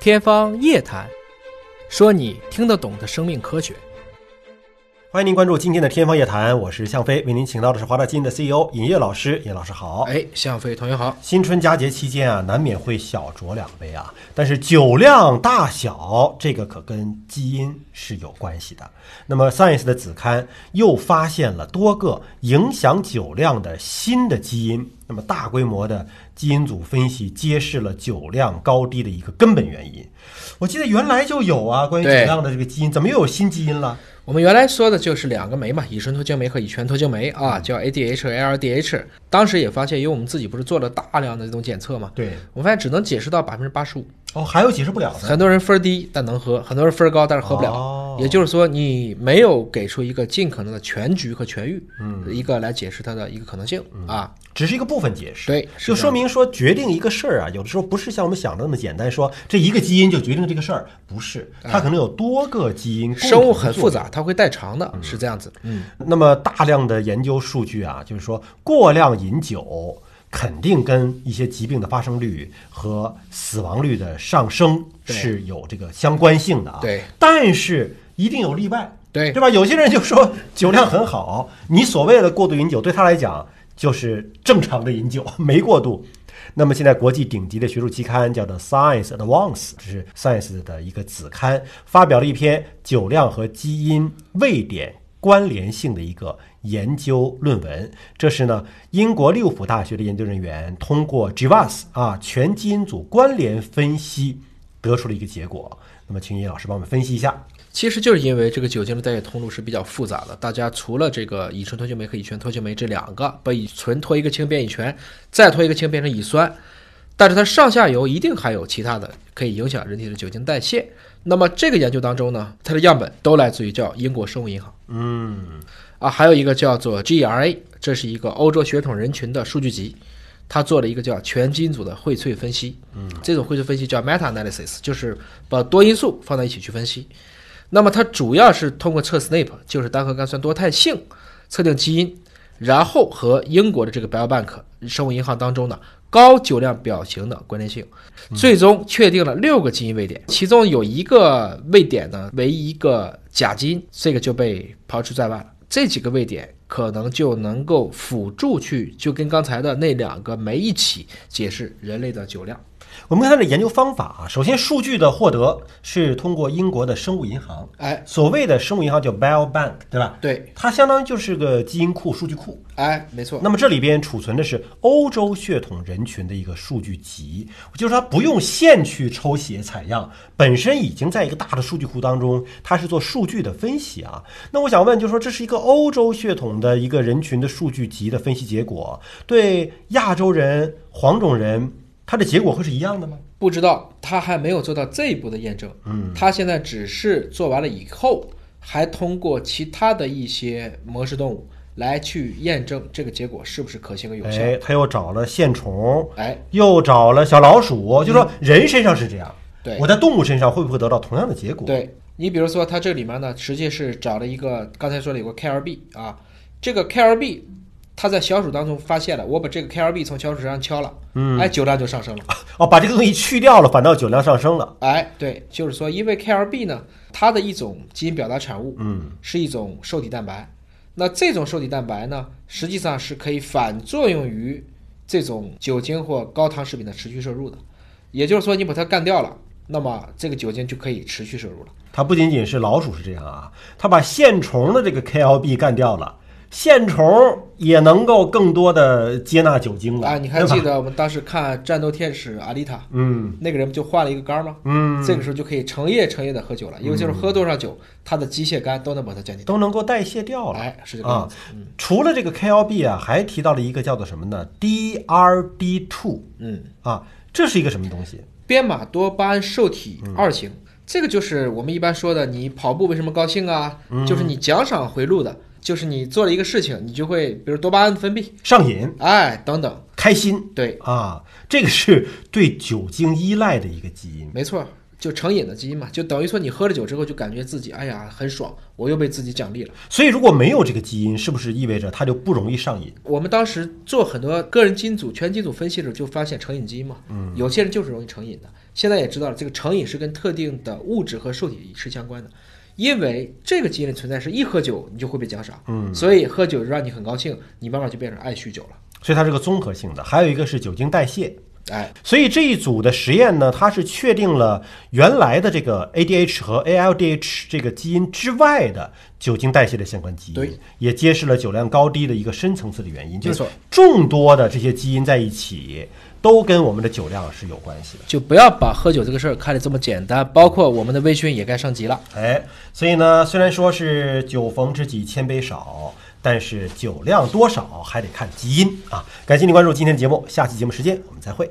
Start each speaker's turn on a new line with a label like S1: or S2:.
S1: 天方夜谭，说你听得懂的生命科学。
S2: 欢迎您关注今天的《天方夜谭》，我是向飞，为您请到的是华大基因的 CEO 尹烨老师。尹老师好。
S1: 哎，向飞同学好，
S2: 新春佳节期间啊，难免会小酌两杯啊，但是酒量大小这个可跟基因是有关系的。那么《Science》的子刊又发现了多个影响酒量的新的基因。那么大规模的基因组分析揭示了酒量高低的一个根本原因。我记得原来就有啊，关于酒
S1: 对
S2: 量的这个基因，怎么又有新基因了？
S1: 我们原来说的就是两个酶嘛，乙醇脱氢酶和乙醛脱氢酶啊，叫 ADH 和 LDH。当时也发现，因为我们自己不是做了大量的这种检测嘛，
S2: 对，
S1: 我发现只能解释到百分之八十五，
S2: 哦，还有解释不了的，
S1: 很多人分儿低但能喝，很多人分儿高但是喝不了。
S2: 哦
S1: 也就是说，你没有给出一个尽可能的全局和全域，
S2: 嗯，
S1: 一个来解释它的一个可能性、啊。
S2: 只是一个部分解释。
S1: 对，
S2: 就是说明说决定一个事儿啊，有的时候不是像我们想的那么简单，说这一个基因就决定这个事儿，不是，它可能有多个基因。
S1: 这样啊生物很复。杂，它会代偿的，是这样子。嗯，
S2: 那么大量的研究数据啊，就是说过量饮酒肯定跟一些疾病的发生率和死亡率的上升
S1: 对
S2: 是有这个相关性的啊。
S1: 对，
S2: 但是一定有例外。
S1: 对，
S2: 对吧？有些人就说酒量很好，你所谓的过度饮酒，对他来讲就是正常的饮酒，没过度。那么现在国际顶级的学术期刊叫做《Science Advance》，这是 Science 的一个子刊，发表了一篇酒量和基因位点关联性的一个研究论文。这是呢，英国利物浦大学的研究人员通过 GWAS 啊全基因组关联分析得出了一个结果。那么，请尹老师帮我们分析一下。
S1: 其实就是因为这个酒精的代谢通路是比较复杂的，大家除了这个乙醇脱氢酶和乙醛脱氢酶这两个，把乙醇脱一个氢变乙醛，再脱一个氢变成乙酸，但是它上下游一定还有其他的可以影响人体的酒精代谢。那么这个研究当中呢，它的样本都来自于叫英国生物银行
S2: 嗯。
S1: 啊，还有一个叫做 GRA，这是一个欧洲血统人群的数据集。它做了一个叫全基因组的荟萃分析，嗯，这种荟萃分析叫 meta analysis，就是把多因素放在一起去分析。那么它主要是通过测 SNP，就是单核苷酸多态性，测定基因，然后和英国的这个 Biobank 生物银行当中呢高酒量表型的关联性，最终确定了六个基因位点，其中有一个位点呢为一个假基因，这个就被刨除在外了。这几个位点可能就能够辅助去，就跟刚才的那两个酶一起解释人类的酒量。
S2: 我们看它的研究方法啊，首先数据的获得是通过英国的生物银行，
S1: 哎，
S2: 所谓的生物银行叫 Biobank，对吧？
S1: 对，
S2: 它相当于就是个基因库、数据库。
S1: 哎，没错，
S2: 那么这里边储存的是欧洲血统人群的一个数据集，就是它不用现去抽血采样，本身已经在一个大的数据库当中，它是做数据的分析啊。那我想问，就是说这是一个欧洲血统的一个人群的数据集的分析结果，对亚洲人、黄种人，它的结果会是一样的吗？
S1: 不知道他还没有做到这一步的验证。嗯，他现在只是做完了以后，还通过其他的一些模式动物来去验证这个结果是不是可行和有效。
S2: 哎，他又找了线虫，
S1: 哎，
S2: 又找了小老鼠，就说人身上是这样，
S1: 嗯对
S2: 我在动物身上会不会得到同样的结果？，
S1: 对你比如说，它这里面呢，实际是找了一个刚才说的有个 KLB 啊，这个 KLB 它在小鼠当中发现了，我把这个 KLB 从小鼠身上敲了，嗯，哎，酒量就上升了。
S2: 哦，把这个东西去掉了，反倒酒量上升了。
S1: 哎，对，就是说，因为 KLB 呢，它的一种基因表达产物，
S2: 嗯，
S1: 是一种受体蛋白。那这种受体蛋白呢，实际上是可以反作用于这种酒精或高糖食品的持续摄入的。也就是说，你把它干掉了，那么这个酒精就可以持续摄入了。
S2: 它不仅仅是老鼠是这样啊，它把线虫的这个 KLB 干掉了，线虫也能够更多的接纳酒精了。
S1: 啊，你还记
S2: 对吧？
S1: 得我们当时看《战斗天使阿丽塔》，
S2: 嗯
S1: 那个人不就换了一个杆吗？
S2: 嗯，
S1: 这个时候就可以成夜成夜的喝酒了，因为就是喝多少酒，它的机械肝都能把它降解掉。
S2: 都能够代谢掉了。
S1: 哎，是这个样
S2: 啊
S1: 子。，
S2: 除了这个 KLB 啊，还提到了一个叫做什么呢？DRD2
S1: 嗯。
S2: 啊，这是一个什么东西？
S1: 编码多巴胺受体二型，这个就是我们一般说的，你跑步为什么高兴啊？就是你奖赏回路的，就是你做了一个事情，你就会比如多巴胺分泌，
S2: 上瘾、
S1: 哎，等等，
S2: 开心
S1: 对，
S2: 啊，这个是对酒精依赖的一个基因。
S1: 没错。就成瘾的基因嘛，就等于说你喝了酒之后就感觉自己哎呀很爽，我又被自己奖励了。
S2: 所以如果没有这个基因，是不是意味着它就不容易上瘾？
S1: 我们当时做很多个人基因组、全基因组分析的时候，就发现成瘾基因嘛，嗯，有些人就是容易成瘾的。现在也知道了，这个成瘾是跟特定的物质和受体是相关的，因为这个基因的存在是一喝酒你就会被奖赏，嗯，所以喝酒让你很高兴，你慢慢就变成爱酗酒了，
S2: 所以它是个综合性的。还有一个是酒精代谢。
S1: 哎，
S2: 所以这一组的实验呢，它是确定了原来的这个 ADH 和 ALDH 这个基因之外的酒精代谢的相关基
S1: 对
S2: 因，也揭示了酒量高低的一个深层次的原因，就是
S1: 错
S2: 众多的这些基因在一起，都跟我们的酒量是有关系的。
S1: 就不要把喝酒这个事儿看得这么简单。包括我们的微醺也该升级了。
S2: 哎，所以呢，虽然说是酒逢知己千杯少，但是酒量多少还得看基因啊。感谢您关注今天的节目，下期节目时间我们再会。